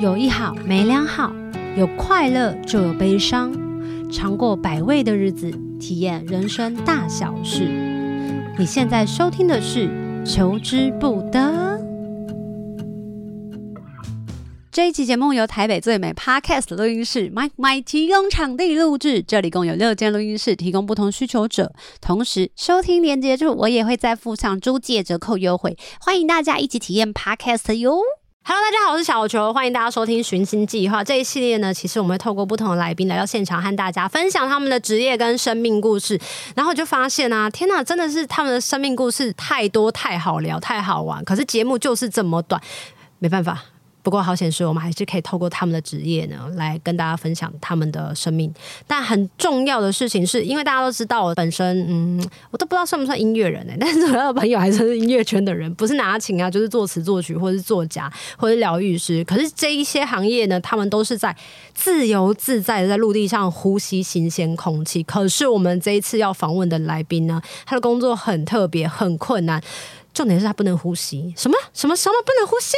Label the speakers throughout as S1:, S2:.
S1: 有一好没两好，有快乐就有悲伤，尝过百味的日子，体验人生大小事。你现在收听的是《求之不得》。这一期节目由台北最美 Podcast 录音室 Mike Mike 提供场地录制，这里共有六间录音室，提供不同需求者。同时，收听连接处我也会再附上租借折扣优惠，欢迎大家一起体验 Podcast 哟。Hello，大家好，我是小球，欢迎大家收听《寻星计划》这一系列呢。其实我们会透过不同的来宾来到现场，和大家分享他们的职业跟生命故事。然后我就发现啊，天哪，真的是他们的生命故事太多、太好聊、太好玩。可是节目就是这么短，没办法。不过好显示，我们还是可以透过他们的职业呢，来跟大家分享他们的生命。但很重要的事情是，因为大家都知道我本身，嗯，我都不知道算不算音乐人呢、欸 但是我的朋友还真是音乐圈的人，不是拿琴啊，就是作词作曲，或是作家，或是疗愈师。可是这一些行业呢，他们都是在自由自在的在陆地上呼吸新鲜空气。可是我们这一次要访问的来宾呢，他的工作很特别，很困难。重点是他不能呼吸，什么什么什么不能呼吸？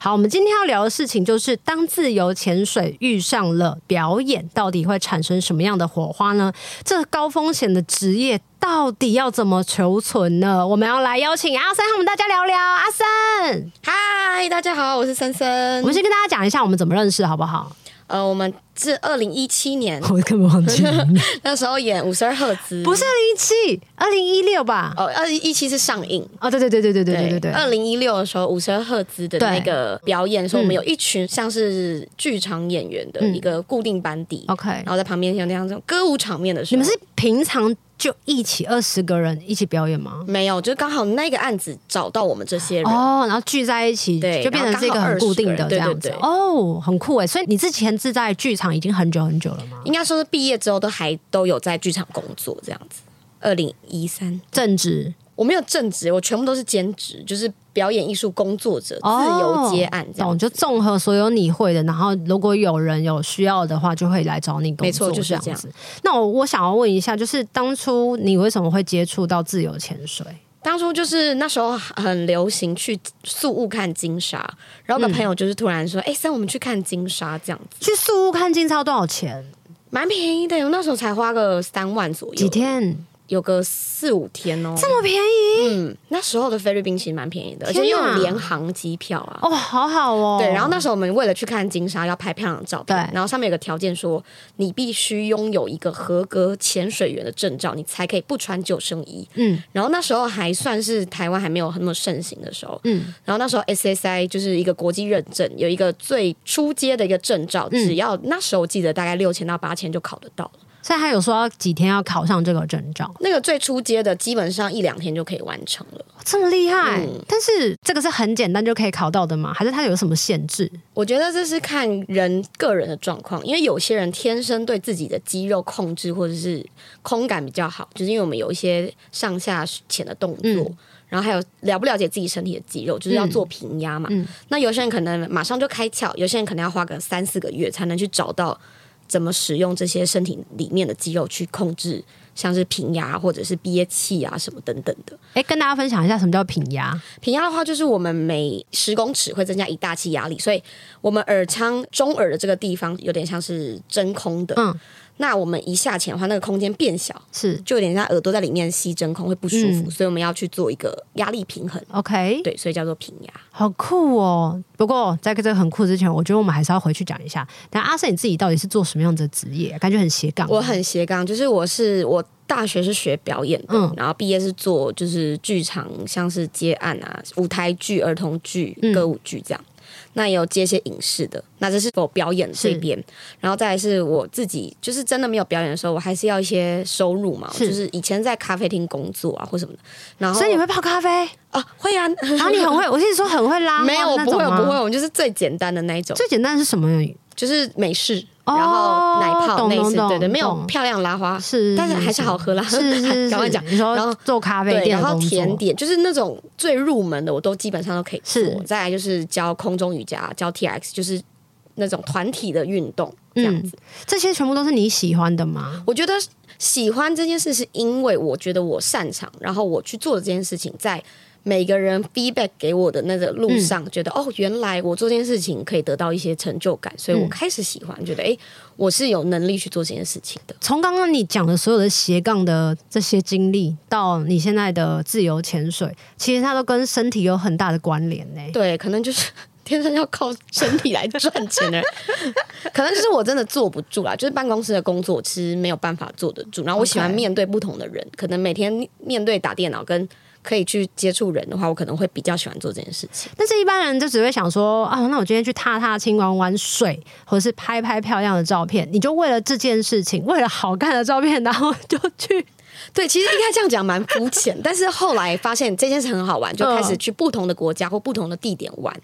S1: 好，我们今天要聊的事情就是，当自由潜水遇上了表演，到底会产生什么样的火花呢？这高风险的职业到底要怎么求存呢？我们要来邀请阿三和我们大家聊聊。阿三，
S2: 嗨，大家好，我是森森
S1: 我。们先跟大家讲一下我们怎么认识，好不 好？
S2: 呃，我们自二零一七 年
S1: 我根本忘记了，
S2: 那时候演五十二赫兹，
S1: 不是二零一七，二零一六吧？
S2: 哦，二零一七是上映。
S1: 哦，对对对对对对对对对，
S2: 二零一六的时候，五十二赫兹的那个表演的时候，我们有一群像是剧场演员的一个固定班底，
S1: OK
S2: 然。后在旁边有那样这种歌舞场面的时
S1: 嗯你
S2: 候，
S1: 们是平常就一起二十个人一起表演吗？
S2: 没有，就是刚好那个案子找到我们这些人，
S1: 哦，然后聚在一起，
S2: 对
S1: 就变成是一个很固定
S2: 然
S1: 的
S2: 后
S1: 这
S2: 刚好
S1: 样子
S2: 20对对对
S1: 哦，很酷哎！所以你之前是在剧场已经很久很久了吗？
S2: 应该说是毕业之后都还都有在剧场工作这样子。二零一三，
S1: 正职
S2: 我没有正职，我全部都是兼职，就是表演艺术工作者，自
S1: 哦
S2: 由接案这样
S1: 懂？
S2: 子
S1: 就综合所有你会的，然后如果有人有需要的话，就会来找你工
S2: 没
S1: 作，
S2: 错就是
S1: 这样子。那我我想要问一下，就是当初你为什么会接触到自由潜水？
S2: 当初就是那时候很流行去宿雾看金沙，然后我的朋友就是突然说：“哎、三、我们去看金沙这样子，
S1: 去宿屋看金超多少钱？
S2: 蛮便宜的。”我那时候才花个三万左右，
S1: 几天？
S2: 有个四五天哦。
S1: 这么便宜？
S2: 嗯，那时候的菲律宾其实蛮便宜的，而
S1: 天
S2: 且又
S1: 哪
S2: 有联航机票啊。
S1: 哦，好好哦。
S2: 对，然后那时候我们为了去看金沙，要拍漂亮的照片
S1: 对，
S2: 然后上面有个条件说，你必须拥有一个合格潜水员的证照，你才可以不穿救生衣。
S1: 嗯
S2: 然后那时候还算是台湾还没有那么盛行的时候，
S1: 嗯，
S2: 然后那时候 SSI 就是一个国际认证，有一个最初阶的一个证照，
S1: 嗯
S2: 只要那时候我记得大概六千到八千就考得到了。
S1: 所以他有说要几天要考上这个证照。
S2: 那个最初阶的基本上一两天就可以完成了。
S1: 这么厉害、
S2: 嗯
S1: 但是这个是很简单就可以考到的吗？还是它有什么限制？
S2: 我觉得这是看人个人的状况，因为有些人天生对自己的肌肉控制或者是空感比较好，就是因为我们有一些上下潜的动作。
S1: 嗯
S2: 然后还有了不了解自己身体的肌肉，就是要做平压嘛。
S1: 嗯
S2: 那有些人可能马上就开窍，有些人可能要花个三四个月才能去找到怎么使用这些身体里面的肌肉去控制，像是平压或者是憋气啊什么等等的。
S1: 哎，跟大家分享一下什么叫平压。
S2: 平压的话，就是我们每十公尺会增加一大气压力，所以我们耳腔中耳的这个地方有点像是真空的。
S1: 嗯，
S2: 那我们一下潜的话，那个空间变小，
S1: 是
S2: 就有点像耳朵在里面吸真空会不舒服，
S1: 嗯
S2: 所以我们要去做一个压力平衡。
S1: OK，
S2: 对，所以叫做平压。
S1: 好酷哦。不过在这个很酷之前，我觉得我们还是要回去讲一下。但阿胜你自己到底是做什么样的职业？感觉很斜杠。
S2: 我很斜杠，就是我是我大学是学表演的，
S1: 嗯
S2: 然后毕业是做就是剧场，像是接案啊、舞台剧、儿童剧、
S1: 嗯
S2: 歌舞剧这样。那也有接一些影视的，那这是我表演这边，然后再来是我自己，就是真的没有表演的时候，我还是要一些收入嘛，
S1: 是
S2: 就是以前在咖啡厅工作啊或什么的，然后
S1: 所以你会泡咖啡，
S2: 啊会啊，
S1: 然后你很会，我跟你说很会拉
S2: 没有
S1: 花
S2: 我
S1: 的那
S2: 不
S1: 种
S2: 会我
S1: 吗
S2: 不会，。我们就是最简单的那一种，
S1: 最简单的是什么？
S2: 就是美式，
S1: 哦
S2: 然后奶泡
S1: 懂
S2: 类
S1: 懂
S2: 似，对对，
S1: 懂
S2: 没有
S1: 懂
S2: 漂亮拉花，
S1: 是，
S2: 但是还是好喝啦。
S1: 是是 是，
S2: 赶快讲。
S1: 你
S2: 然
S1: 说
S2: 后
S1: 做咖啡
S2: 对，
S1: 店
S2: 然
S1: 的
S2: 后
S1: 工作
S2: 甜点就是那种最入门的，我都基本上都可以
S1: 是
S2: 做。再来就是教空中瑜伽，教 T X，就是那种团体的运动这
S1: 嗯
S2: 样子。
S1: 这些全部都是你喜欢的吗？
S2: 我觉得喜欢这件事，是因为我觉得我擅长，然后我去做这件事情，在每个人 feedback 给我的那个
S1: 嗯
S2: 路上，觉得哦，原来我做这件事情可以得到一些成就感，所以
S1: 嗯
S2: 我开始喜欢，觉得哎，我是有能力去做这件事情的。
S1: 从刚刚你讲的所有的斜杠的 这些经历，到你现在的自由潜水，其实它都跟身体有很大的关联呢、
S2: 对，可能就是 天生要靠身体来赚钱的人，可能就是我真的坐不住啦。就是办公室的工作，其实没有办法坐得住。然后我喜欢
S1: OK
S2: 面对不同的人可能每天面对打电脑跟可以去接触人的话，我可能会比较喜欢做这件事情。
S1: 但是，一般人就只会想说啊，那我今天去踏踏青、玩玩水，或者是拍拍漂亮的照片。你就为了这件事情，为了好看的照片，然后就去
S2: 对，其实应该这样讲蛮肤浅，但是后来发现这件事很好玩，就开
S1: 嗯
S2: 始去不同的国家或不同的地点玩。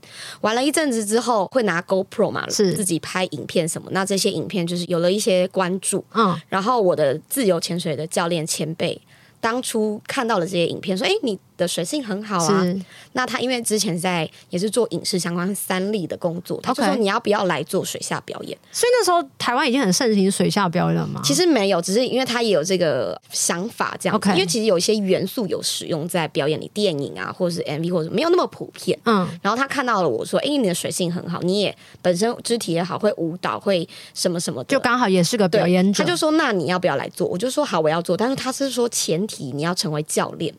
S2: 玩了一阵子之后，会拿 GoPro 嘛，
S1: 是
S2: 自己拍影片什么。那这些影片就是有了一些关注，
S1: 嗯，
S2: 然后我的自由潜水的教练前辈。当初看到了这些影片，说：“哎、你的水性很好啊。
S1: 嗯是”
S2: 那他因为之前在也是做影视相关三立的工作，他就说：“
S1: OK 嗯
S2: 你要不要来做水下表演？”
S1: 所以那时候台湾已经很盛行水下表演了嘛。
S2: 其实没有，只是因为他也有这个想法这样子
S1: OK
S2: 因为其实有一些元素有使用在表演里，电影啊，或者是 MV，或者没有那么普遍。
S1: 嗯，
S2: 然后他看到了我说：“哎、你的水性很好，你也本身肢体也好，会舞蹈，会什么什么的。”
S1: 就刚好也是个表演者，
S2: 他就说：“那你要不要来做？”我就说：“好，我要做。”但是他是说前提你要成为教练，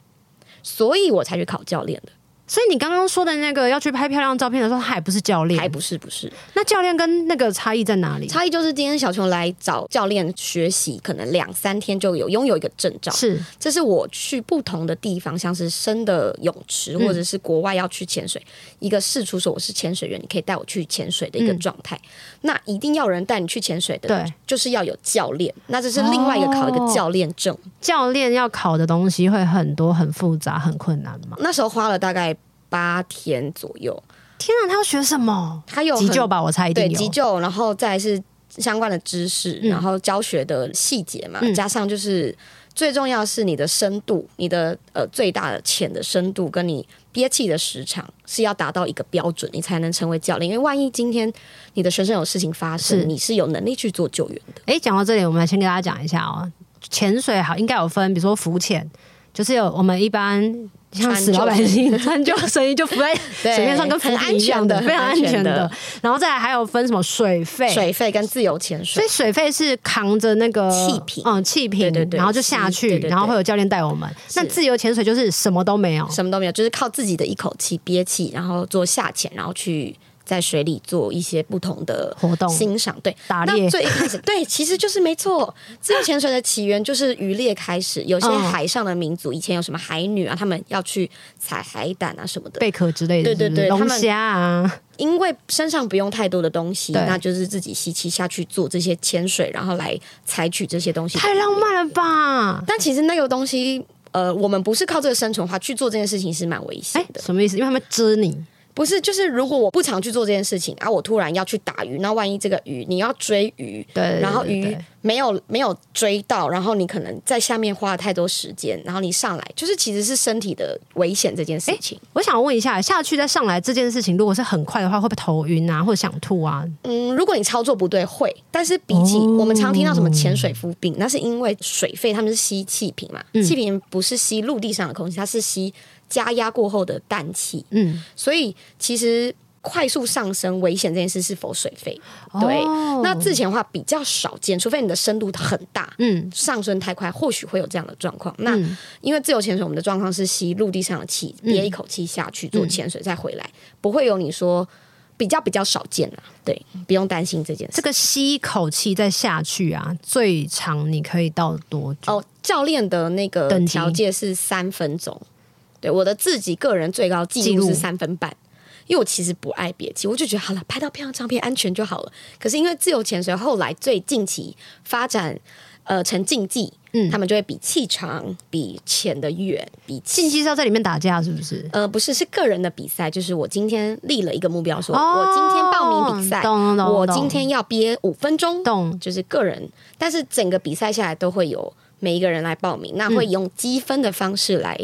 S2: 所以我才去考教练的，
S1: 所以你刚刚说的那个要去拍漂亮照片的时候，他还不是教
S2: 还
S1: 练，
S2: 哎不是不是。
S1: 那教练跟那个差异在哪里？
S2: 差异就是今天小熊来找教练学习，可能两三天就有拥有一个证照，
S1: 是
S2: 这是我去不同的地方，像是深的泳池，
S1: 嗯
S2: 或者是国外要去潜水，一个试出说我是潜水员，你可以带我去潜水的一个状态。那一定要有人带你去潜水
S1: 嗯
S2: 的
S1: 对，哦
S2: 就是要有教练，那这是另外一个考一个教练证。
S1: 教练要考的东西会很多、很复杂、很困难嘛？
S2: 那时候花了大概八天左右，
S1: 天啊，他要学什么？
S2: 他有很
S1: 急救吧，我猜一定
S2: 对
S1: 有。
S2: 急救，然后再来是相关的知识，然后教学的细节嘛，
S1: 嗯
S2: 加上就是最重要的是你的深度，你的呃最大的潜的深度跟你憋气的时长是要达到一个标准，你才能成为教练。因为万一今天你的学生有事情发
S1: 是
S2: 生，你是有能力去做救援的。
S1: 哎，讲到这里，我们来先跟大家讲一下哦，潜水好应该有分，比如说浮潜，就是有我们一般。像死老百姓 穿救生衣就浮在
S2: 对
S1: 水面上，跟浮
S2: 很
S1: 萍一样
S2: 安全的
S1: 非常安全
S2: 很安全
S1: 的
S2: 的。
S1: 然后再来还有分什么水费，
S2: 水费跟自由潜
S1: 所
S2: 水
S1: 以，水费是扛着那个
S2: 气瓶
S1: 嗯，气瓶，
S2: 对对对
S1: 然后就下去，
S2: 对对对
S1: 然后会有教练带我们。那自由潜水就是什么都没有，
S2: 什么都没有，就是靠自己的一口气憋气，然后做下潜，然后去在水里做一些不同的
S1: 活动
S2: 欣赏。对，
S1: 打猎
S2: 那最一开始，对，其实就是没错。自由潜水的起源就是渔猎开始，有些
S1: 嗯
S2: 海上的民族以前有什么海女啊，他们要去采海胆啊什么的。
S1: 贝壳之类的，是
S2: 对对
S1: 不是
S2: 对他
S1: 龙
S2: 们
S1: 虾啊，
S2: 因为身上不用太多的东西，
S1: 对
S2: 那就是自己吸气下去做这些潜水，然后来采取这些东西。
S1: 太浪漫了吧？
S2: 但其实那个东西。呃，我们不是靠这个生存的话去做这件事情是蛮危险
S1: 哎，
S2: 的。
S1: 什么意思？因为他们蛰你，
S2: 不是，就是如果我不常去做这件事情啊，我突然要去打鱼，那万一这个鱼你要追鱼，
S1: 对对对
S2: 然后
S1: 对
S2: 鱼
S1: 对
S2: 没有没有追到，然后你可能在下面花了太多时间，然后你上来就是其实是身体的危险这件事情。
S1: 我想问一下，下去再上来这件事情，如果是很快的话，会不会头晕啊，或者想吐啊？
S2: 嗯，如果你操作不对会，但是比起、
S1: 哦
S2: 我们常听到什么潜水夫病，那是因为水肺他们是吸气瓶嘛，
S1: 嗯
S2: 气瓶不是吸陆地上的空气，它是吸加压过后的氮气，
S1: 嗯，
S2: 所以其实。快速上升危险这件事是否水肺？对，
S1: 哦
S2: 那自潜的话比较少见，除非你的深度很大，
S1: 嗯，
S2: 上升太快，或许会有这样的状况。那、因为自由潜水，我们的状况是吸陆地上的气，
S1: 嗯
S2: 憋一口气下去做潜水再回来，不会有你说比较比较少见啦。对，不用担心这件
S1: 这
S2: 事。
S1: 个吸一口气再下去啊，最长你可以到多久？
S2: 哦，教练的那个
S1: 等级
S2: 条件是三分钟，对我的自己个人最高记录
S1: 记录
S2: 是三分半。因为我其实不爱憋气，我就觉得好了，拍到漂亮照片安全就好了。可是因为自由潜水后来最近期发展，呃，成竞技，
S1: 嗯
S2: 他们就会比气长、比潜的远、比气
S1: 近期是要在里面打架是不是？
S2: 呃，不是，是个人的比赛，就是我今天立了一个目标，说、
S1: 哦
S2: 我今天报名比赛，
S1: 懂懂懂
S2: 我
S1: 懂
S2: 今天要憋五分钟，
S1: 懂
S2: 就是个人。但是整个比赛下来都会有每一个人来报名，那会用积分的方式来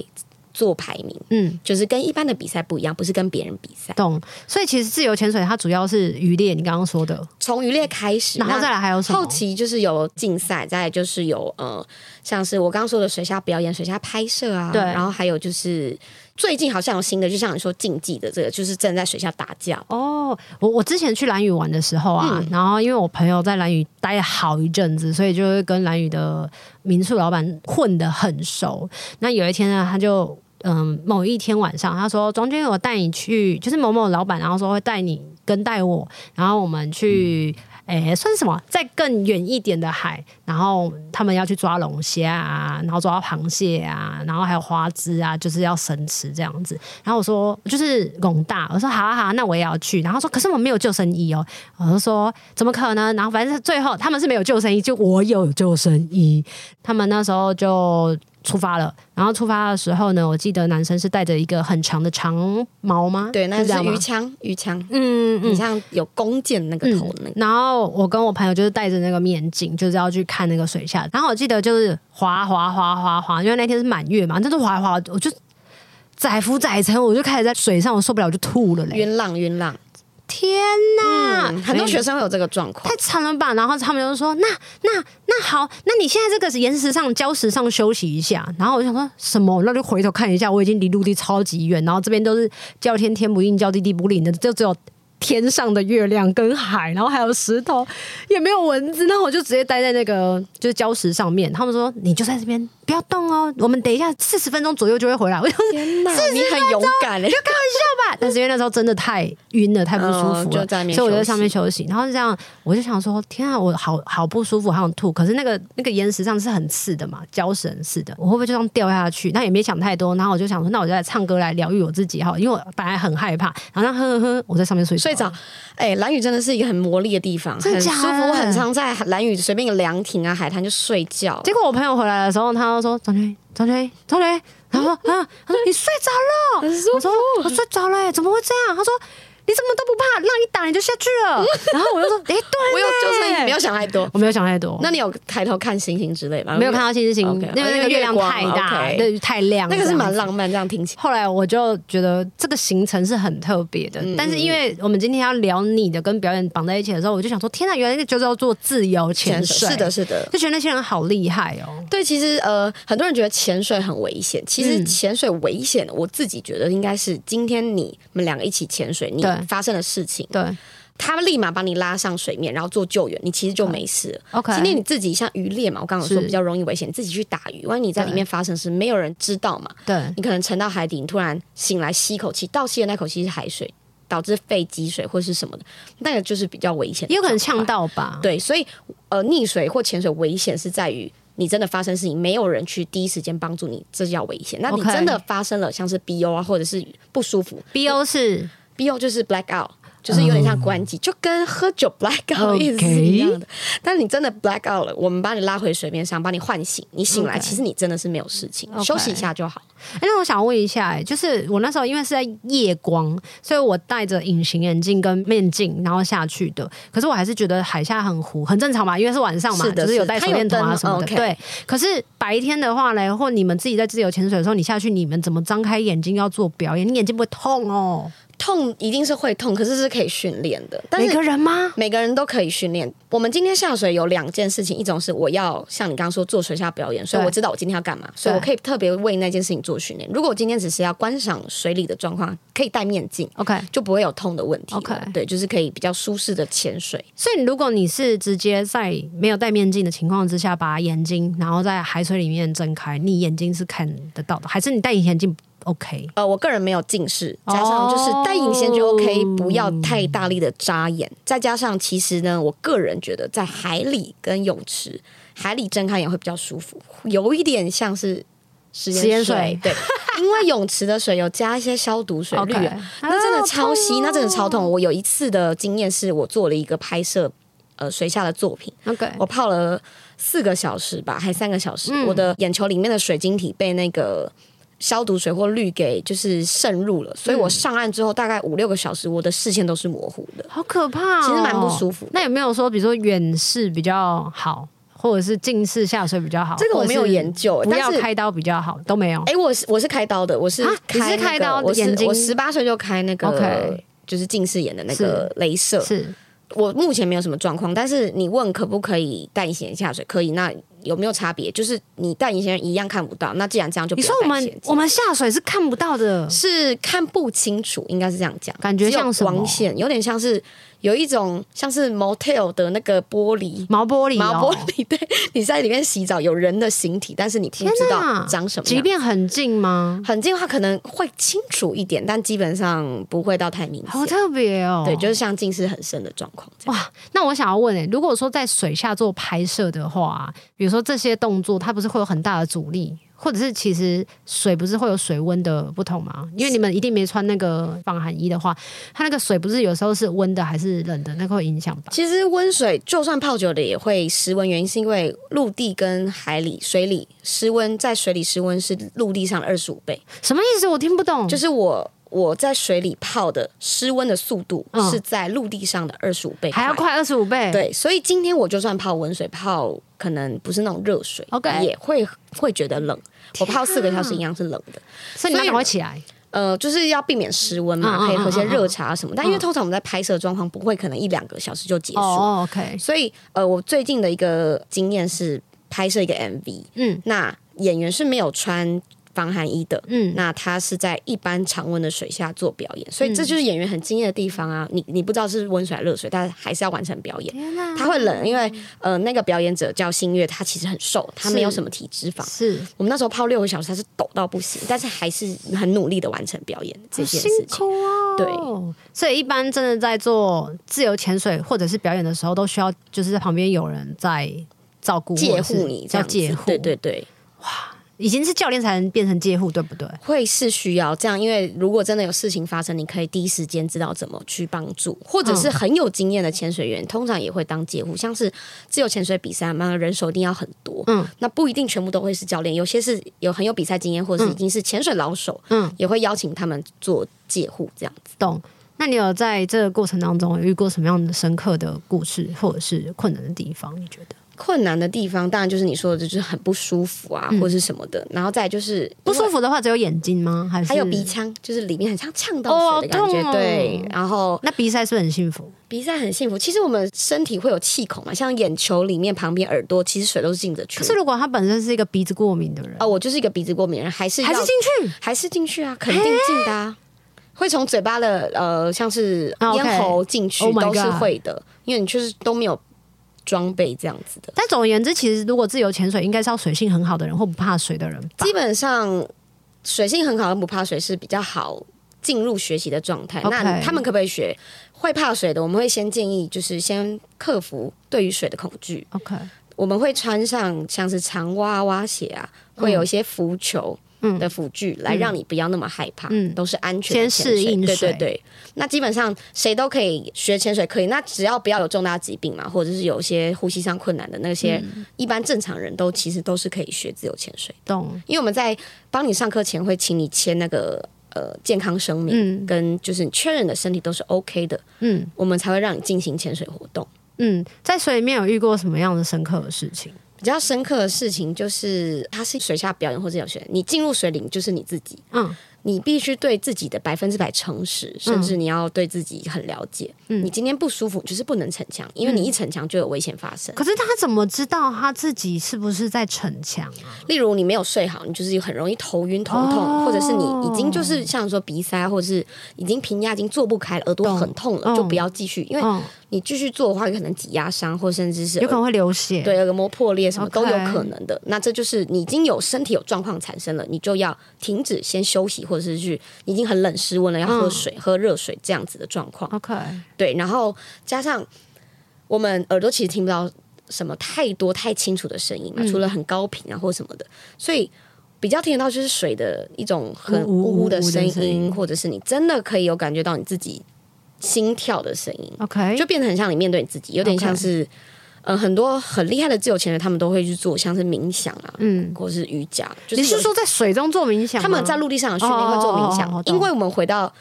S2: 做排名，
S1: 嗯。
S2: 就是跟一般的比赛不一样，不是跟别人比赛，
S1: 懂，所以其实自由潜水它主要是渔猎，你刚刚说的，
S2: 从渔猎开始，
S1: 然后
S2: 那
S1: 再来还有什么
S2: 后期就是有竞赛，再来就是有呃，像是我刚刚说的水下表演、水下拍摄啊，
S1: 对
S2: 然后还有就是最近好像有新的，就像你说竞技的这个，就是正在水下打架，
S1: 哦，我我之前去蓝屿玩的时候啊，然后因为我朋友在蓝屿待了好一阵子，所以就会跟蓝屿的民宿老板混得很熟。那有一天呢，他就嗯某一天晚上，他说：“庄君，我带你去，就是某某老板，然后说会带你跟带我，然后我们去。
S2: 嗯
S1: 诶，算是什么？再更远一点的海，然后他们要去抓龙虾啊，然后抓螃蟹啊，然后还有花枝啊，就是要生吃这样子。然后我说就是拱大，我说好啊好啊，那我也要去。然后他说可是我没有救生衣哦，我就说怎么可能？然后反正最后他们是没有救生衣，就我有救生衣。他们那时候就出发了，然后出发的时候呢，我记得男生是带着一个很长的长矛吗？
S2: 对，那
S1: 这
S2: 是
S1: 样吗
S2: 鱼枪，鱼枪，
S1: 嗯
S2: 你像有弓箭那个头那个。
S1: 然后我跟我朋友就是戴着那个面镜，就是要去看那个水下。然后我记得就是滑滑滑滑滑，因为那天是满月嘛，就是滑滑，我就载浮载沉，我就开始在水上，我受不了，我就吐了嘞！
S2: 晕浪，晕浪，
S1: 天哪，
S2: 嗯，很多学
S1: 生。
S2: 生会有这个状况
S1: 太。惨了吧！然后他们就说：“那那那好，那你现在这个岩石上、礁石上休息一下。”然后我就想说什么？那就回头看一下，我已经离陆地超级远，然后这边都是叫天天不应，叫地地不灵的，就只有天上的月亮跟海，然后还有石头，也没有蚊子。那我就直接待在那个就是礁石上面。他们说：“你就在这边不要动哦，我们等一下四十分钟左右就会回来。”我就
S2: 天哪，你很勇敢欸！
S1: 吧 但是因为那时候真的太晕了，太不舒服
S2: 嗯
S1: 了，
S2: 就在那边
S1: 所以我就在
S2: 休息
S1: 上面休息。然后是这样，我就想说，天啊，我好好不舒服，好想吐。可是那个那个岩石上是很刺的嘛，礁石很刺的，我会不会就这样掉下去？那也没想太多。然后我就想说，那我就来唱歌来疗愈我自己哈，因为我本来很害怕。然后那哼哼哼，我在上面睡
S2: 睡着，哎，蓝屿真的是一个很魔力的地方，
S1: 真
S2: 很舒
S1: 假的
S2: 服。我很常在蓝屿随便一个凉亭啊、海滩就睡觉。
S1: 结果我朋友回来的时候，他就说：“张军，张军，张军。”然后说：“啊，他说你睡着 了。”我说：“我睡着了、欸，怎么会这样？”他说：“你怎么都不怕，让你打你就下去了。”然后我就说：“哎、对、欸，
S2: 我有就是没有想太多。
S1: 我没有想太多，
S2: 那你有抬头看星星之类吗？
S1: 没有看到星星，
S2: OK，哦
S1: 因为那
S2: 因
S1: 个
S2: 为
S1: 月亮
S2: 月光
S1: 太大，
S2: OK
S1: 对，太亮，
S2: 那个是蛮
S1: 这样子。
S2: 浪漫，这样听起来。
S1: 后来我就觉得这个行程是很特别
S2: 嗯
S1: 的，但是因为我们今天要聊你的跟表演绑在一起的时候，我就想说，天呐，原来那就叫做自由潜水，
S2: 是的，，是的。
S1: 就觉得那些人好厉害哦。
S2: 对，其实呃，很多人觉得潜水很危险，其实
S1: 嗯
S2: 潜水危险，我自己觉得应该是今天你们两个一起潜水，你
S1: 对
S2: 发生的事情，
S1: 对
S2: 他们立马把你拉上水面，然后做救援，你其实就没事了。
S1: ，OK，
S2: 今天你自己像渔猎嘛，我刚刚有说
S1: 是
S2: 比较容易危险，你自己去打鱼，万一你在
S1: 对
S2: 里面发生事，没有人知道嘛，
S1: 对
S2: 你可能沉到海底，你突然醒来吸一口气，倒吸的那口气是海水，导致肺积水或是什么的，那个就是比较危险，
S1: 也有可能呛。到吧？
S2: 对，所以呃，溺水或潜水危险是在于你真的发生事情，没有人去第一时间帮助你，这叫危险。那你
S1: OK
S2: 真的发生了像是 BO 啊，或者是不舒服
S1: ，BO 是
S2: ，BO 就是 black out。就是有点像关机，就跟喝酒 black out 意思是一样的。但是你真的 black out 了，我们把你拉回水面上，把你唤醒，你醒来
S1: OK
S2: 其实你真的是没有事情
S1: OK
S2: 休息一下就好。
S1: 哎、那我想问一下、哎，就是我那时候因为是在夜光，所以我戴着隐形眼镜跟面镜，然后下去的。可是我还是觉得海下很糊，很正常嘛，因为是晚上嘛，
S2: 是的
S1: 就是有
S2: 是的
S1: 带手电筒
S2: 它
S1: 啊
S2: 有灯
S1: 什么的。
S2: OK
S1: 对，可是白天的话嘞，或你们自己在自由潜水的时候，你下去，你们怎么张开眼睛要做表演？你眼睛不会痛哦？
S2: 痛一定是会痛，可是是可以训练的。但
S1: 每
S2: 是
S1: 个人吗？
S2: 每个人都可以训练。我们今天下水有两件事情，一种是我要像你刚刚说做水下表演，所以
S1: 对
S2: 我知道我今天要干嘛，所以我可以特别为那件事情做训练。如果我今天只是要观赏水里的状况，可以戴面镜。
S1: OK，
S2: 就不会有痛的问题了。
S1: OK
S2: 对，就是可以比较舒适的潜水。
S1: 所以如果你是直接在没有戴面镜的情况之下，把眼睛然后在海水里面睁开，你眼睛是看得到的，还是你戴隐形眼镜 OK？
S2: 呃，我个人没有近视，加上就是
S1: 哦
S2: 戴隐形就 OK，不要太大力的扎眼。再加上其实呢，我个人觉得在海里跟泳池，海里睁开眼会比较舒服，有一点像是食
S1: 食
S2: 盐
S1: 盐
S2: 水，
S1: 水
S2: 对，因为泳池的水有加一些消毒水氯
S1: OK
S2: 啊那真
S1: 啊哦
S2: 的超
S1: 痛
S2: 吸，那真的超痛。我有一次的经验是我做了一个拍摄。呃，水下的作品，
S1: OK，
S2: 我泡了四个小时吧，还三个小
S1: 嗯
S2: 时，我的眼球里面的水晶体被那个消毒水或氯给就是渗入了，所以我上岸之后大概五六个小时，我的视线都是模糊的。
S1: 好可怕、哦，
S2: 其实蛮不舒服的
S1: 那有没有说，比如说远视比较好，或者是近视下水比较好？
S2: 这个我没有研
S1: 欸
S2: 究
S1: 或者是
S2: 但
S1: 不
S2: 是
S1: 要开刀比较好，都没有。
S2: 哎、我是我是开刀的，我是
S1: 啊
S2: 开、那
S1: 你是
S2: 个
S1: 开刀
S2: 我是
S1: 眼睛
S2: 我十八岁就开那个
S1: OK
S2: 就是近视眼的那个镭射，
S1: 是
S2: 我目前没有什么状况，但是你问可不可以带隐形眼镜下水，可以。那有没有差别？就是你戴隐形眼镜一样看不到。那既然这样就不
S1: 你
S2: 要
S1: 说我
S2: 戴隐形
S1: 们
S2: 眼镜
S1: 我们下水是看不到的，
S2: 是看不清楚，应该是这样讲，
S1: 感觉
S2: 只有
S1: 像什么
S2: 光线，有点像是有一种像是 motel 的那个玻璃。
S1: 毛玻璃、哦，
S2: 毛玻璃， 对，你在里面洗澡，有人的形体，但是你不
S1: 天
S2: 知
S1: 哪
S2: 道长什么
S1: 即
S2: 样。
S1: 便很近吗？
S2: 很近的话，可能会清楚一点，但基本上不会到太明
S1: 好
S2: 显。
S1: 特别哦。
S2: 对，就是像近视很深的状况这样。
S1: 哇，那我想要问诶、欸如果说在水下做拍摄的话，比如说这些动作，它不是会有很大的阻力，或者是其实水不是会有水温的不同吗？因为你们一定没穿那个防寒衣的话，它那个水不是有时候是温的还是冷的，那个会影响吧？
S2: 其实温水就算泡久了也会失温，原因是因为陆地跟海里、水里失温，在水里失温是陆地上二十五倍，
S1: 什么意思？我听不懂。
S2: 就是我我在水里泡的失温的速度
S1: 嗯
S2: 是在陆地上的二十五倍，
S1: 还要。快二十五倍，，
S2: 对，所以今天我就算泡温水，泡可能不是那种热水
S1: OK 啊
S2: 也会会觉得冷。我泡四个小时一样是冷的，
S1: 所以你
S2: 所
S1: 们
S2: 以
S1: 赶快起来。
S2: 呃，就是要避免失温嘛，
S1: 嗯嗯
S2: 可以喝些
S1: 嗯嗯
S2: 热茶什么。但因为
S1: 嗯
S2: 通常我们在拍摄的状况不会可能一两个小时就结束，
S1: 哦，OK，
S2: 所以呃，我最近的一个经验是拍摄一个 MV，
S1: 嗯
S2: 那演员是没有穿防寒衣的。
S1: 嗯，
S2: 那他是在一般常温的水下做表演，所以这就是演员很敬业的地方啊！你你不知道是温水还是热水，但还是要完成表演。
S1: 天哪
S2: 他会冷，因为呃，那个表演者叫新月，他其实很瘦，他没有
S1: 是
S2: 什么体脂肪。
S1: 是
S2: 我们那时候泡六个小时，他是抖到不行，但是还是很努力的完成表演这
S1: 好
S2: 件
S1: 辛
S2: 事情。
S1: 苦哦。
S2: 对，
S1: 所以一般真的在做自由潜水或者是表演的时候，都需要就是旁边有人在照顾
S2: 介
S1: 或者是
S2: 护你
S1: 叫
S2: 这样子
S1: 介护，
S2: 对对，对，
S1: 已经是教练才能变成介护，对不对？
S2: 会是需要这样，因为如果真的有事情发生，你可以第一时间知道怎么去帮助，或者是很有经验的潜水员，通常也会当介护，像是自由潜水比赛嘛，人手一定要很多，
S1: 嗯
S2: 嗯，那不一定全部都会是教练，有些是有很有比赛经验，或者是已经是潜水老手，
S1: 嗯
S2: 嗯，也会邀请他们做介护这样子。
S1: 懂。那你有在这个过程当中有遇过什么样的深刻的故事，或者是困难的地方？你觉得
S2: 困难的地方当然就是你说的，就是很不舒服啊，或是什么的，然后再来就是嗯
S1: 不舒
S2: 服。
S1: 服的话，只有眼睛吗？还是
S2: 还有鼻？腔，就是里面很像呛到水的感
S1: 哦
S2: 觉，
S1: 好痛哦
S2: 对。然后
S1: 那鼻塞是不是很幸福？
S2: 鼻塞很幸福。其实我们身体会有气孔嘛，像眼球里面、旁边、耳朵，其实水都是进得去
S1: 可。是如果他本身是一个鼻子过敏的人，
S2: 啊，我就是一个鼻子过敏的人，还是
S1: 还是
S2: 要
S1: 进去？
S2: 还是进去啊，肯定进的啊。会从嘴巴的呃，像是
S1: 啊，OK
S2: 咽喉进去
S1: Oh my
S2: 都是
S1: God
S2: 会的，因为你就是都没有装备这样子的。
S1: 但总而言之，其实如果自由潜水，应该是要水性很好的人或不怕水的人吧
S2: 基。本上水性很好，不怕水是比较好进入学习的状态。
S1: OK
S2: 那他们可不可以学？会怕水的，我们会先建议就是先克服对于水的恐惧。
S1: OK，
S2: 我们会穿上像是长蛙蛙鞋啊，
S1: 嗯
S2: 会有一些浮球。的辅具来让你不要那么害怕，
S1: 嗯
S2: 都是安全
S1: 先
S2: 的潜
S1: 适
S2: 水。
S1: 应
S2: 对
S1: 水
S2: 对对，那基本上谁都可以学潜水，可以。那只要不要有重大疾病嘛，或者是有一些呼吸上困难的那些，
S1: 嗯
S2: 一般正常人都其实都是可以学自由潜水。
S1: 懂。
S2: 因为我们在帮你上课前会请你签那个呃健康声明，
S1: 嗯
S2: 跟就是你确认你的身体都是 OK 的，
S1: 嗯
S2: 我们才会让你进行潜水活动。
S1: 嗯，在水里面有遇过什么样的深刻的事情？
S2: 比较深刻的事情就是，它是水下表演或者有水，你进入水里你就是你自己，
S1: 嗯，
S2: 你必须对自己的百分之百诚实，甚至你要对自己很了解。
S1: 嗯
S2: 你今天不舒服，就是不能逞强，因为你一逞强就有危险发生。
S1: 可是他怎么知道他自己是不是在逞强啊？
S2: 例如你没有睡好，你就是很容易头晕头痛，
S1: 哦
S2: 或者是你已经就是像说鼻塞，啊或者是已经平压已经做不开了，耳朵很痛
S1: 懂
S2: 了，就不要继续，因为
S1: 嗯，
S2: 你继续做的话，有可能挤压伤或甚至是
S1: 有可能会流血。
S2: 对耳膜破裂什么
S1: OK
S2: 都有可能的。那这就是你已经有身体有状况产生了，你就要停止先休息，或者是去你已经很冷失温了，要喝水、喝热水这样子的状况。
S1: ，OK，
S2: 对，然后加上我们耳朵其实听不到什么太多太清楚的声音
S1: 嗯
S2: 嘛，除了很高频啊或什么的，所以比较听得到就是水的一种很
S1: 呜呜
S2: 呜
S1: 呜
S2: 呜的声
S1: 的声
S2: 音，或者是你真的可以有感觉到你自己心跳的声音，
S1: ，OK，
S2: 就变得很像你面对你自己，有点
S1: OK
S2: 像是。呃，很多很厉害的自由潜人，他们都会去做像是冥想啊，
S1: 嗯，
S2: 或是瑜伽。就
S1: 你
S2: 有
S1: 是说在水中做冥想吗？
S2: 他们在陆地上的训练会做冥想，
S1: 哦哦哦哦懂
S2: 因为我们回到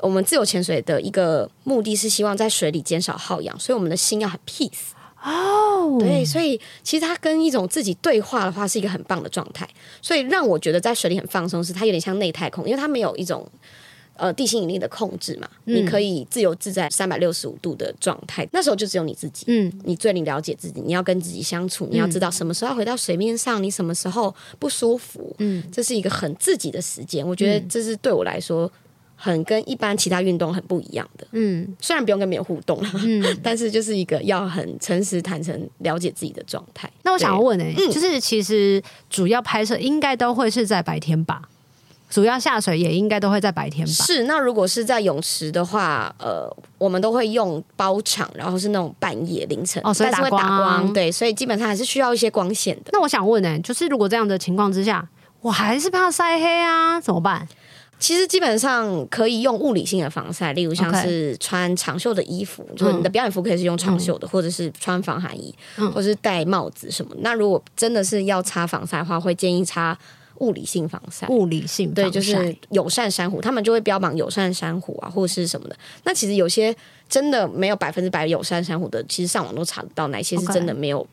S2: 我们自由潜水的一个目的是希望在水里减少耗氧，所以我们的心要很 peace。哦，对，所以其实它跟一种自己对话的话是一个很棒的状态，所以让我觉得在水里很放松，是它有点像内太空，因为它没有一种呃地心引力的控制嘛，
S1: 嗯
S2: 你可以自由自在三百六十五度的状态。那时候就只有你自己，
S1: 嗯
S2: 你最了解自己，你要跟自己相处，你要知道什么时候要回到水面上，你什么时候不舒服，
S1: 嗯
S2: 这是一个很自己的时间。我觉得这是对我来说很跟一般其他运动很不一样的。
S1: 嗯
S2: 虽然不用跟别人互动啦，
S1: 嗯。
S2: 但是就是一个要很诚实、坦诚、了解自己的状态。
S1: 那我想要问诶、
S2: 嗯
S1: 就是其实主要拍摄应该都会是在白天吧？主要下水也应该都会在白天吧？
S2: 是，那如果是在泳池的话，呃，我们都会用包场，然后是那种半夜凌晨，
S1: 哦所以
S2: 但是会打
S1: 打光
S2: 光，对，所以基本上还是需要一些光线的。
S1: 那我想问诶、欸就是如果这样的情况之下，我还是怕晒黑啊，怎么办？
S2: 其实基本上可以用物理性的防晒，例如像
S1: OK 嗯
S2: 是穿长袖的衣服就是你的表演服可以是用长袖的，或者是穿防寒衣，或是戴帽子什么的。那如果真的是要擦防晒的话，会建议擦物理性防晒。
S1: 物理性
S2: 对，
S1: 防
S2: 就是
S1: 晒
S2: 友善珊瑚，他们就会标榜友善珊瑚啊，或者是什么的。那其实有些真的没有百分之百友善珊瑚的，其实上网都查得到哪些是
S1: OK
S2: 真的没有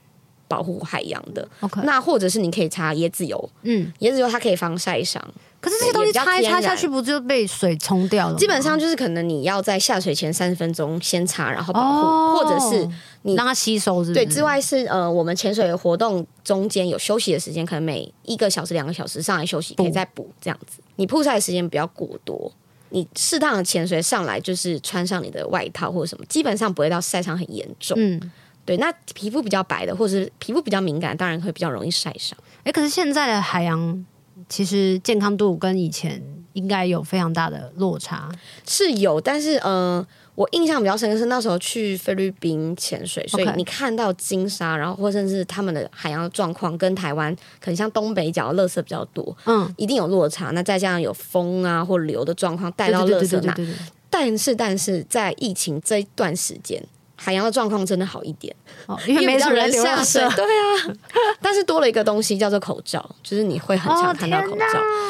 S2: 保护海洋的。
S1: OK，
S2: 那或者是你可以擦椰子油，
S1: 嗯，
S2: 椰子油它可以防晒伤，
S1: 可是这些东西擦一擦下去，不就被水冲掉了吗？
S2: 基本上就是可能你要在下水前三十分钟先擦，然后保护，
S1: 哦，
S2: 或者是你
S1: 让它吸收是不是，
S2: 对之外是呃，我们潜水活动中间有休息的时间，可能每一个小时、两个小时上来休息，可以再补这样子。你曝晒的时间不要过多，你适当的潜水上来就是穿上你的外套或者什么，基本上不会到晒伤很严重。
S1: 嗯。
S2: 对，那皮肤比较白的或者是皮肤比较敏感，当然会比较容易晒伤。
S1: 哎，可是现在的海洋其实健康度跟以前应该有非常大的落差。
S2: 是有，但是呃，我印象比较深刻是那时候去菲律宾潜水，所以
S1: OK
S2: 你看到金沙，然后或甚至他们的海洋状况跟台湾，可能像东北角垃圾比较多，
S1: 嗯，
S2: 一定有落差。那再加上有风啊或流的状况带
S1: 对
S2: 到
S1: 对
S2: 垃
S1: 对
S2: 圾
S1: 对
S2: 那
S1: 对，对对，
S2: 但是但是在疫情这一段时间。海洋的状况真的好一点，
S1: 哦，因为
S2: 比
S1: 没什
S2: 较
S1: 么人
S2: 人
S1: 流
S2: 下
S1: 浪
S2: 水，对啊。但是多了一个东西叫做口罩，就是你会很
S1: 哦
S2: 常看到口罩，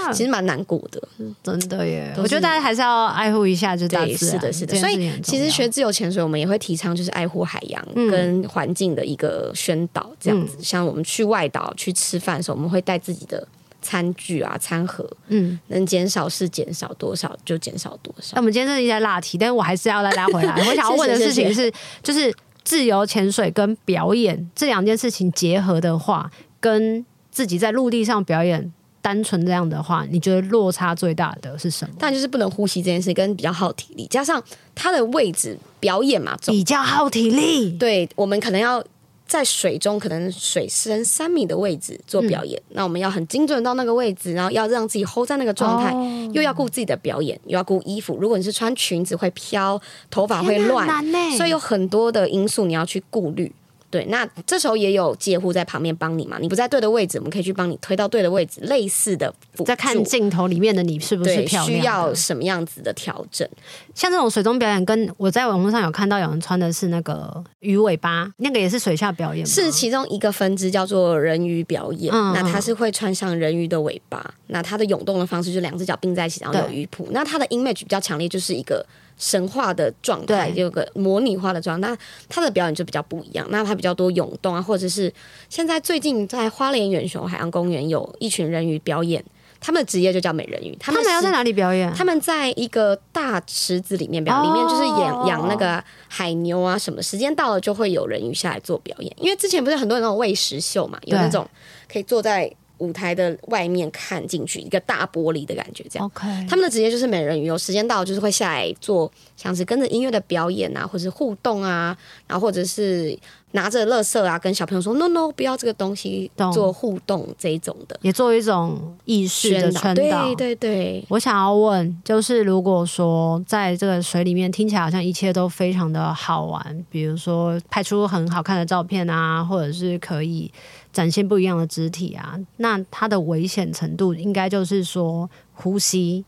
S1: 哪
S2: 其实蛮难过的。
S1: 真的耶，
S2: 都
S1: 我觉得
S2: 是
S1: 大家还是要爱护一下，就大
S2: 对，
S1: 自
S2: 是
S1: 然
S2: 的，是的。
S1: 这
S2: 所
S1: 件事
S2: 以
S1: 情很重
S2: 其实
S1: 要
S2: 学自由潜水，我们也会提倡就是爱护海洋
S1: 嗯
S2: 跟环境的一个宣导，这样子。像我们去外岛去吃饭的时候，我们会带自己的餐具啊、餐盒，
S1: 嗯，
S2: 能减少是减少多少就减少多少
S1: 那。我们今天这一在拉题，但是我还是要再拉 回来。我想要问的事情是，就是自由潜水跟表演这两件事情结合的话，跟自己在陆地上表演单纯这样的话，你觉得落差最大的是什么？
S2: 但就是不能呼吸这件事，跟比较耗体力，加上它的位置表演嘛，总
S1: 比较耗体力，
S2: 对我们可能要在水中，可能水深三米的位置做表
S1: 嗯
S2: 演。那我们要很精准到那个位置，然后要让自己 hold 在那个状态，
S1: 哦
S2: 又要顾自己的表演，又要顾衣服。如果你是穿裙子会飘，头发会
S1: 天哪
S2: 乱，
S1: 哎很难欸呢
S2: 所以有很多的因素你要去顾虑。对，那这时候也有介护在旁边帮你嘛，你不在对的位置，我们可以去帮你推到对的位置，类似的辅助
S1: 在看镜头里面的你是不是
S2: 对
S1: 漂
S2: 需
S1: 亮
S2: 要
S1: 的？
S2: 什么样子的调整？
S1: 像这种水中表演，跟我在网络上有看到有人穿的是那个鱼尾巴，那个也是水下表演吗，
S2: 是其中一个分支叫做人鱼表演，
S1: 嗯
S2: 那它
S1: 嗯
S2: 是会穿上人鱼的尾巴，那它的涌动的方式就两只脚并在一起，然后有
S1: 对
S2: 鱼蹼。那它的 image 比较强烈，就是一个神话的状态，
S1: 对
S2: 就有个模拟化的状态。那它的表演就比较不一样，那它比较多涌动啊，或者是现在最近在花莲远雄海洋公园有一群人鱼表演，他们的职业就叫美人鱼，他
S1: 他
S2: 们
S1: 们要
S2: 是
S1: 在哪里表演？
S2: 他们在一个大池子里面表演，
S1: 哦
S2: 里面就是养养那嗯个海牛啊什么。时间到了就会有人鱼下来做表演，因为之前不是很多那种喂食秀嘛，有
S1: 对
S2: 那种可以坐在舞台的外面看进去一个大玻璃的感觉，这样。
S1: OK，
S2: 他们的职业就是美人鱼，有时间到了就是会下来做，像是跟着音乐的表演啊，或者是互动啊，然后或者是拿着乐色啊，跟小朋友说 no no 不要这个东西
S1: 懂
S2: 做互动这一种的
S1: 也作为一种意识的
S2: 宣
S1: 传
S2: 导，
S1: 导。
S2: 对对对，
S1: 我想要问，就是如果说在这个水里面，听起来好像一切都非常的好玩，比如说拍出很好看的照片啊，或者是可以展现不一样的肢体啊，那它的危险程度应该就是说呼吸，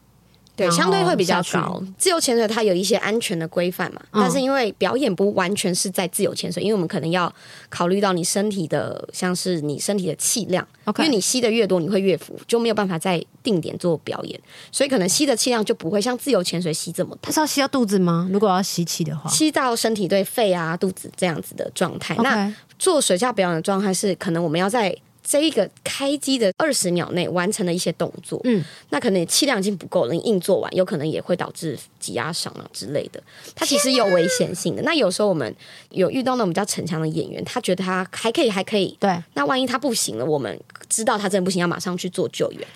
S2: 对，
S1: 然后
S2: 相对会比较
S1: 哦下去
S2: 高。自由潜水它有一些安全的规范嘛，
S1: 嗯
S2: 但是因为表演不完全是在自由潜水，因为我们可能要考虑到你身体的，像是你身体的气量
S1: OK
S2: 因为你吸的越多，你会越浮，就没有办法在定点做表演，所以可能吸的气量就不会像自由潜水吸这么
S1: 它
S2: 多。
S1: 是要吸到肚子吗？如果要吸气的话
S2: 吸到身体对肺啊、肚子这样子的状态。那
S1: ，OK，
S2: 做水下表演的状态是，可能我们要在这一个开机的二十秒内完成了一些动作，
S1: 嗯
S2: 嗯，那可能气量已经不够了，你硬做完有可能也会导致挤压伤啊之类的，它其实有危险性的。那有时候我们有遇到那种比较逞强的演员，他觉得他还可以，还可以，
S1: 对，
S2: 那万一他不行了，我们知道他真的不行，要马上去做救援。